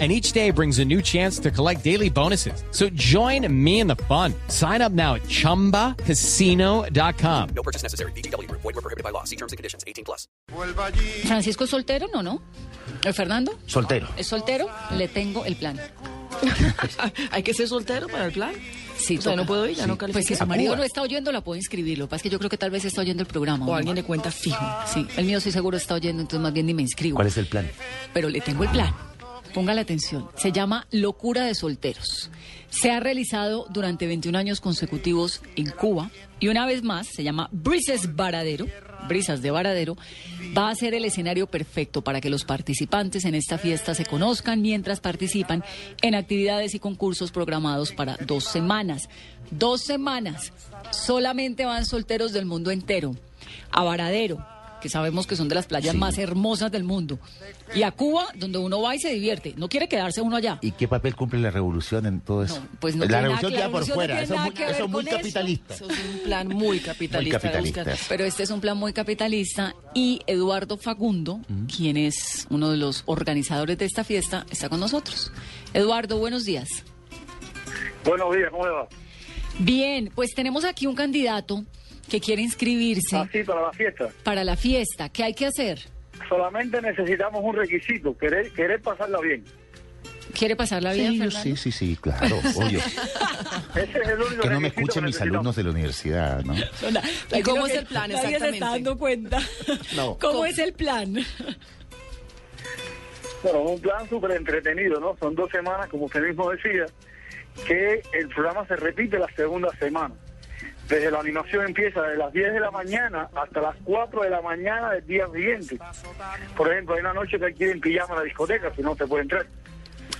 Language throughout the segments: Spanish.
and each day brings a new chance to collect daily bonuses. So join me in the fun. Sign up now at ChumbaCasino.com. No purchase necessary. BGW. Void were prohibited by law. See terms and conditions. 18 plus. Vuelva allí. Francisco es soltero, no, no. ¿Eh, Fernando Soltero. es soltero, le tengo el plan. Hay que ser soltero para el plan. Sí, O sea, toca. no puedo ir, ya no califico. Pues si su marido no está oyendo, la puedo inscribir. Lo que pasa es que yo creo que tal vez está oyendo el programa. O ¿no? alguien de cuenta fijo. Sí, el mío sí seguro está oyendo, entonces más bien ni me inscribo. ¿Cuál es el plan? Pero le tengo el plan. Ponga la atención. Se llama Locura de Solteros. Se ha realizado durante 21 años consecutivos en Cuba y una vez más se llama Brisas Varadero. Brisas de Varadero va a ser el escenario perfecto para que los participantes en esta fiesta se conozcan mientras participan en actividades y concursos programados para dos semanas. Dos semanas. Solamente van solteros del mundo entero. A Varadero, que sabemos que son de las playas más hermosas del mundo. Y a Cuba, donde uno va y se divierte. No quiere quedarse uno allá. ¿Y qué papel cumple la revolución en todo eso? No, pues no la tiene nada revolución que- queda la por revolución no fuera, tiene eso es nada muy, que ver eso es muy con eso. capitalista. Eso es un plan muy capitalista. Muy capitalista. de buscar. Pero este es un plan muy capitalista y Eduardo Fagundo, Mm. quien es uno de los organizadores de esta fiesta, está con nosotros. Eduardo, buenos días. Buenos días, ¿cómo le va? Bien, pues tenemos aquí un candidato que quiere inscribirse Ah. Así para la fiesta. para la fiesta. ¿Qué hay que hacer? Solamente necesitamos un requisito, querer, querer pasarla bien. ¿Quiere pasar la vida, Sí, yo Fernando? sí, sí, sí, claro, obvio. Ese es el único Que no me requisito que escuchen mis necesitamos. alumnos de la universidad, ¿no? ¿Y cómo es el plan exactamente? cuenta. No. ¿Cómo es el plan? Bueno, un plan súper entretenido, ¿no? Son dos semanas, como usted mismo decía, que el programa se repite la segunda semana. Desde la animación empieza de las 10 de la mañana hasta las 4 de la mañana del día siguiente. Por ejemplo, hay una noche que hay que ir en pijama a la discoteca, si no se puede entrar.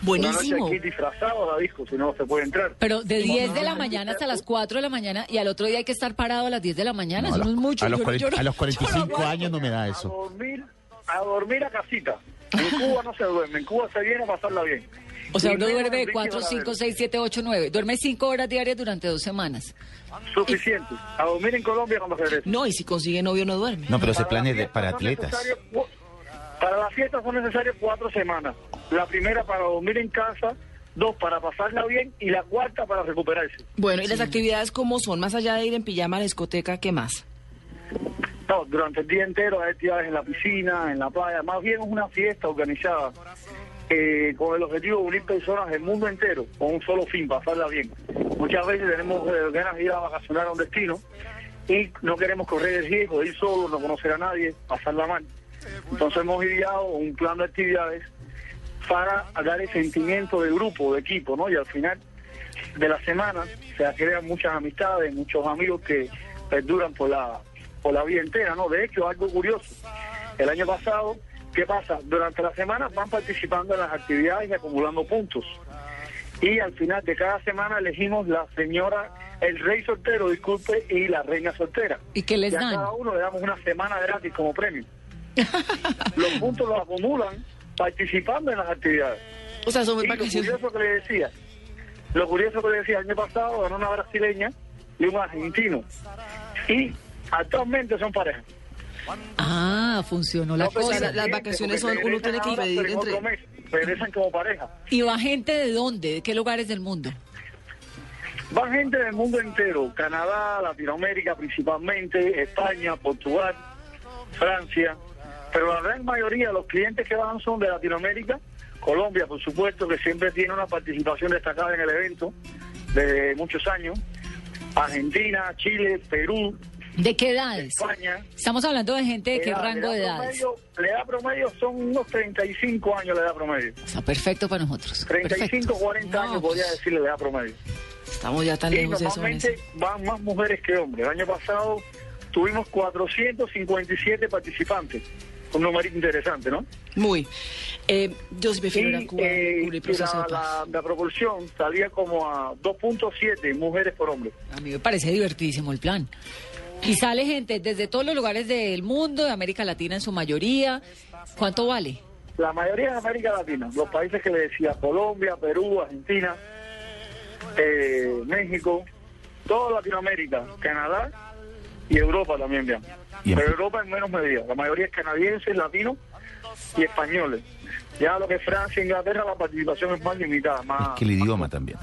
Una noche Buenísimo. hay que ir disfrazado a la disco, si no se puede entrar. Pero de 10 de la mañana hasta las 4 de la mañana y al otro día hay que estar parado a las 10 de la mañana. No, Eso no es los- mucho. a los yo no- yo 40 no- a yo los no 45 aguanto. años no me da A eso. dormir, a dormir a casita. En Cuba no se duerme, en Cuba se viene a pasarla bien. O sea, Y uno menos duerme Enrique 4, 5, Varadero. 6, 7, 8, 9. Duerme 5 horas diarias durante dos semanas. Suficiente. A dormir en Colombia cuando regrese. No, y si consigue novio no duerme. No, pero ese plan la es de- fiesta para son atletas. necesarios cu- Para las fiestas son necesarias cuatro semanas. La primera para dormir en casa, dos para pasarla bien y la cuarta para recuperarse. Bueno, ¿y las actividades cómo son? Más allá de ir en pijama a la discoteca, ¿qué más? No, durante el día entero hay actividades en la piscina, en la playa. Más bien es una fiesta organizada eh, con el objetivo de unir personas del mundo entero con un solo fin, pasarla bien. Muchas veces tenemos eh, ganas de ir a vacacionar a un destino y no queremos correr el riesgo de ir solo, no conocer a nadie, pasarla mal. Entonces hemos ideado un plan de actividades para dar el sentimiento de grupo, de equipo, ¿no? Y al final de la semana se crean muchas amistades, muchos amigos que perduran por la, por la vida entera, ¿no? De hecho, algo curioso. El año pasado, ¿qué pasa? Durante la semana van participando en las actividades y acumulando puntos. Y al final de cada semana elegimos la señora, el rey soltero, disculpe, y la reina soltera. ¿Y qué les Y a dan? cada uno le damos una semana gratis como premio. los puntos los acumulan participando en las actividades. O sea, son Y lo vacaciones. curioso que le decía, lo curioso que le decía, el año pasado ganó una brasileña y un argentino. Y actualmente son pareja. Ah, funcionó la No, pues, cosa. la- las sí, vacaciones porque son- uno tiene que regresan ahora, pedir pero en entre- otro mes, regresan como pareja. ¿Y va gente de dónde? ¿De qué lugares del mundo? Va gente del mundo entero, Canadá, Latinoamérica principalmente, España, Portugal, Francia, pero la gran mayoría de los clientes que van son de Latinoamérica, Colombia por supuesto, que siempre tiene una participación destacada en el evento desde muchos años, Argentina, Chile, Perú, ¿De qué edades? España. Estamos hablando de gente de qué Le da- rango de le da edades. promedio- Le da promedio, son unos 35 años le da promedio. Está perfecto para nosotros. 35, 40 años No, podría pues, decirle le da promedio. Estamos ya tan Y lejos de eso. normalmente van más mujeres que hombres. El año pasado tuvimos 457 participantes. Un número interesante, ¿no? Vanessa. Muy. Eh, yo sí prefiero ir a Y, Cuba, eh, cubrir proceso la, de la- paz. la proporción salía como a 2.7 mujeres por hombre. A mí me parece divertidísimo el plan. Y sale gente desde todos los lugares del mundo, de América Latina en su mayoría. ¿Cuánto vale? La mayoría es América Latina, los países que le decía, Colombia, Perú, Argentina, eh, México, toda Latinoamérica, Canadá y Europa también, bien. Y en- Pero Europa en menos medida, la mayoría es canadienses, latinos y españoles. Ya lo que es Francia, Inglaterra, la participación es más limitada, Es más... que el idioma también.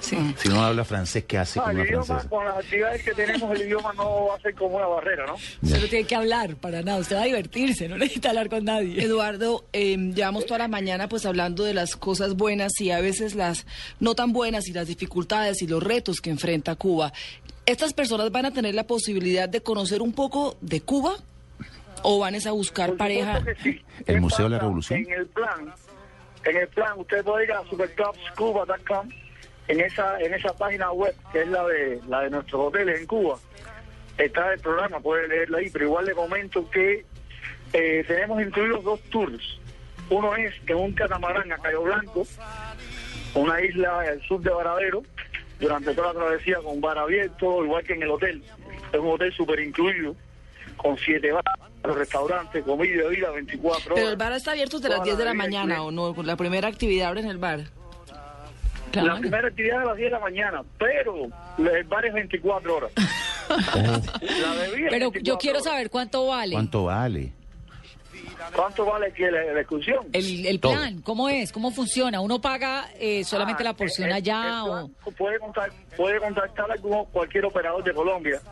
Sí. Si no habla francés, ¿qué hace Ah, con el una idioma, francesa? con las actividades que tenemos, el idioma no va a ser como una barrera, ¿no? Ya. Solo tiene que hablar, para nada. Usted va a divertirse, no necesita hablar con nadie. Eduardo, eh, llevamos toda la mañana pues hablando de las cosas buenas y a veces las no tan buenas y las dificultades y los retos que enfrenta Cuba. ¿Estas personas van a tener la posibilidad de conocer un poco de Cuba o van es a buscar Por pareja? supuesto que sí. ¿El ¿Qué Museo de la pasa? Revolución? En el plan, en el plan, usted puede ir a superclubscuba.com, en esa, en esa página web, que es la de, la de nuestros hoteles en Cuba, está el programa, puede leerlo ahí, pero igual le comento que eh, tenemos incluidos dos tours. Uno es en un catamarán a Cayo Blanco, una isla al sur de Varadero, durante toda la travesía con bar abierto, igual que en el hotel. Es un hotel súper incluido, con siete bares, restaurantes, comida y bebida 24 horas. Pero el bar está abierto desde las Toda 10 de la vida mañana incluida. o no, la primera actividad abre en el bar. La primera actividad es a las 10 de la mañana, pero el bar es 24 horas. La bebida es Pero 24 yo quiero horas. saber cuánto vale. Oh, ¿Cuánto vale? ¿Cuánto vale que la, la excursión? El, el Todo. plan, ¿cómo es? ¿Cómo funciona? ¿Uno paga eh, solamente Ah, la porción el- allá el o...? banco Puede, contact- puede contactar a como cualquier operador de Colombia,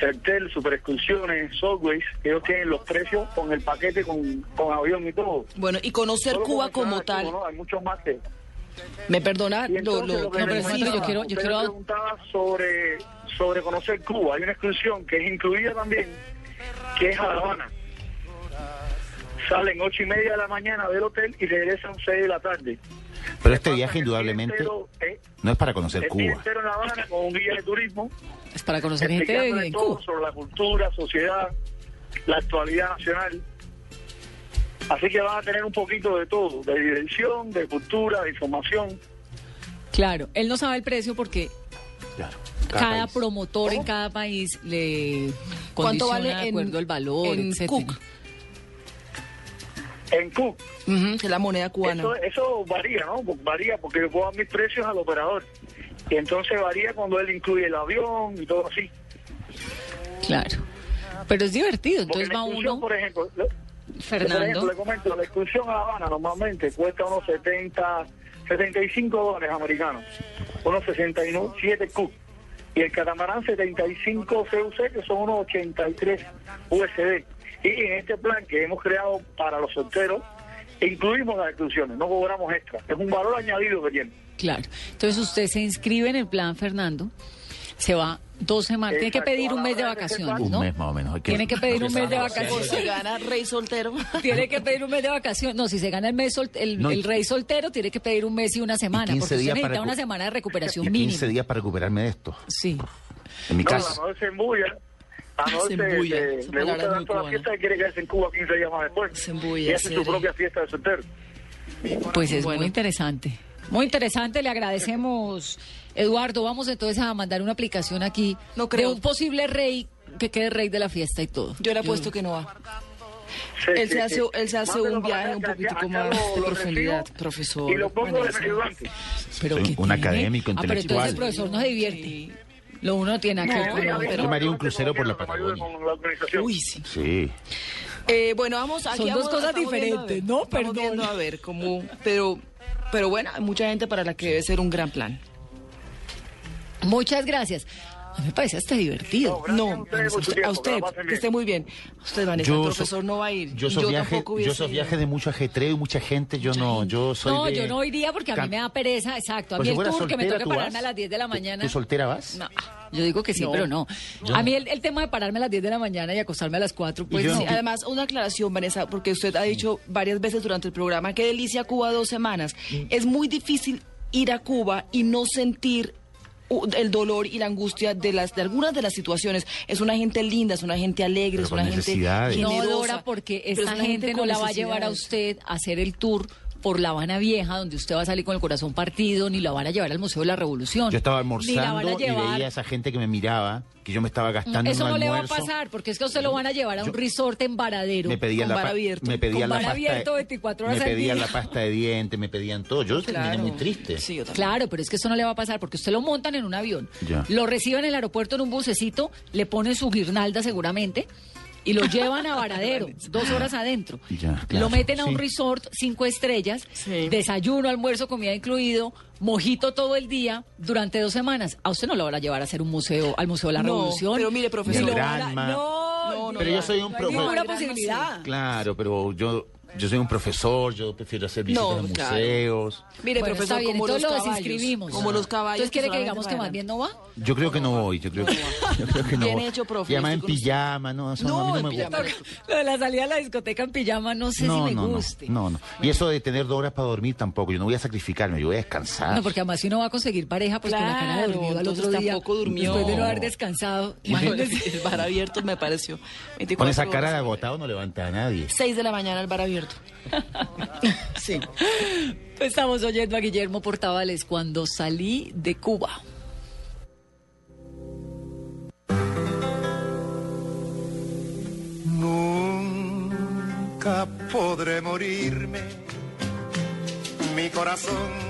Certel, Super Excursiones, Subways, ellos tienen los precios con el paquete, con, con avión y todo. Bueno, y conocer Solo Cuba como mencionar tal. Cuba, ¿no? Hay muchos más que... Me perdona, Y lo, entonces lo- lo que no, le pero sí, yo comentaba, quiero- yo usted quiero- me preguntaba sobre, sobre conocer Cuba. Hay una excursión que es incluida también, que es a La Habana. Salen ocho y media de la mañana del hotel y regresan seis de la tarde. Pero este Pasan el viaje día indudablemente entero, eh, no es para conocer el día Cuba. entero en La Habana Este, con un guía de turismo Es para conocer gente explicándole en todo Cuba. sobre la cultura, sociedad, la actualidad nacional. Así que van a tener un poquito de todo, de diversión, de cultura, de información. Claro, él no sabe el precio porque Claro. cada, país. promotor en cada país le ¿Cuánto condiciona vale de en- acuerdo el valor, en etcétera. Cook? En Cuba. Ujú, que es la moneda cubana. Eso, eso varía, ¿no? Varía porque yo puedo dar mis precios al operador. Y entonces varía cuando él incluye el avión y todo así. Claro. Pero es divertido, Porque entonces la va excursión, uno, por ejemplo, le- por ejemplo, Fernando. le comento, la excursión a La Habana normalmente cuesta unos 70, 75 dólares americanos, unos 67 Q. Y el catamarán 75 CUC, que son unos 83 USD. Y en este plan que hemos creado para los solteros, incluimos las excursiones, no cobramos extra. Es un valor añadido que tiene. Claro. Entonces usted se inscribe en el plan, Fernando. Se va dos semanas. Tiene que Exacto, pedir un a la mes de hora de que se vacaciones, Un ¿no? mes más o menos. hay Tiene que pedir un mes de Por vacaciones. si gana rey soltero. Tiene que pedir un mes de vacaciones. No, si se gana el mes sol- el, No, y- el rey soltero, tiene que pedir un mes y una semana. 15 porque usted días para necesita una recu- semana de recuperación 15 mínima. días para recuperarme de esto. Sí. En mi No, la casa. mujer se embulla. A no Se embulla, se- esa le palabra es gusta muy tanto la cubana. fiesta que quiere quedarse en Cuba 15 días más después. Se embulla, y hace Cere. su propia fiesta de soltero. Pues es Bueno. muy interesante. Muy interesante, le agradecemos. Eduardo, vamos entonces a mandar una aplicación aquí No creo. de un posible rey que quede rey de la fiesta y todo. Yo le apuesto que no va. Sí, Él sí, se hace, sí. él se hace Mándelo un para viaje acá, un que acá- poquitico acá más lo- de lo profundidad, recibo profesor. Y lo pongo de Vanessa. ayudante. Pero Soy ¿qué un tiene? académico Ah, pero entonces el intelectual. profesor no se divierte. Lo uno tiene aquí. No, pero- no, pero- Yo me haría un crucero por la Que me ayude Patagonia. con la organización. Uy, sí. Sí. Eh, bueno, vamos aquí Son vamos- dos cosas estamos viendo a ver, diferentes, ¿no? estamos Perdón. viendo a ver cómo, pero, pero bueno, hay mucha gente para la que debe ser un gran plan. Muchas gracias. A mí me parece hasta divertido. Gracias no, a ustedes Vanessa, por su usted- a tiempo, que usted, la pasen que bien. esté muy bien. Usted, Vanessa, el profesor no va a ir. Yo Y soy viaje, tampoco yo hubiese soy ido. viaje de mucha ajetreo y mucha gente. Yo no, yo soy. no, de- yo no iría porque a mí Cam- me da pereza, exacto. A Pero mí si el tour fueras que me soltera, toca ¿tú pararme vas? a las 10 de la ¿Tú- mañana. ¿Tú soltera vas? No, yo digo que sí, No. pero no. A mí el, el tema de pararme a las 10 de la mañana y acostarme a las 4, pues yo no. Sí, además, una aclaración, Vanessa, porque usted ha dicho varias veces durante el programa que delicia Cuba dos semanas. Es muy difícil ir a Cuba y no sentir u- el dolor y la angustia de las de algunas de las situaciones. Es una gente linda, es una gente alegre, Pero es con una gente necesidades. No, generosa, Dora, porque pero es esa una gente con no la va a llevar a necesidades. usted a hacer el tour por La Habana Vieja, donde usted va a salir con el corazón partido, ni la van a llevar al Museo de la Revolución. Yo estaba ni la van a almorzando y llevar- veía a esa gente que me miraba, que yo me estaba gastando Eso un no le va a almuerzo. pasar, porque es que a usted lo van a llevar a un resort en Varadero. Me pedían con la bar pa- abierto. me pedían Con la bar pasta abierto de- 24 horas me al pedían día. la pasta de dientes, me pedían todo. Yo terminé muy triste. Sí, yo también. Claro, pero es que eso no le va a pasar porque usted lo montan en un avión, Ya. lo reciben en el aeropuerto en un bucecito, le ponen su guirnalda seguramente y lo llevan a Varadero, dos horas adentro. Ya, claro, lo meten a un sí. resort cinco estrellas, Sí. desayuno, almuerzo, comida incluido, mojito todo el día durante dos semanas. A usted no lo van a llevar a hacer un museo, al Museo de la No, Revolución. pero mire, profesor. Ni lo Gran van a- ma- No, No, no, Pero yo soy un no hay profe- ninguna Gran ma- posibilidad. Claro, pero yo, yo soy un profesor, yo prefiero hacer visitas No, a claro. museos. Mire, Bueno, profesor, está bien, como los entonces lo caballos. desinscribimos. Como los caballos. Entonces quiere que solamente digamos que bailan. más bien no va. Yo creo que no voy, yo creo que, yo creo que no Bien voy. hecho, profe, Y además en estoy con usted. pijama, no, eso no, a mí No, no en me pijama. gusta. Lo de la salida a la discoteca en pijama no sé No, si me no, no, guste. no, no. Y eso de tener dos horas para dormir tampoco, yo no voy a sacrificarme, yo voy a descansar. No, porque además si uno va a conseguir pareja, pues con la cara de Claro, dormido al otro entonces día. tampoco durmió. Después de no No. haber descansado. imagínese. El bar abierto me pareció. 24 Con esa cara de horas. agotado no levanta a nadie. 6 de la mañana el bar abierto. sí. Estamos oyendo a Guillermo Portavales cuando salí de Cuba. Nunca podré morirme. Mi corazón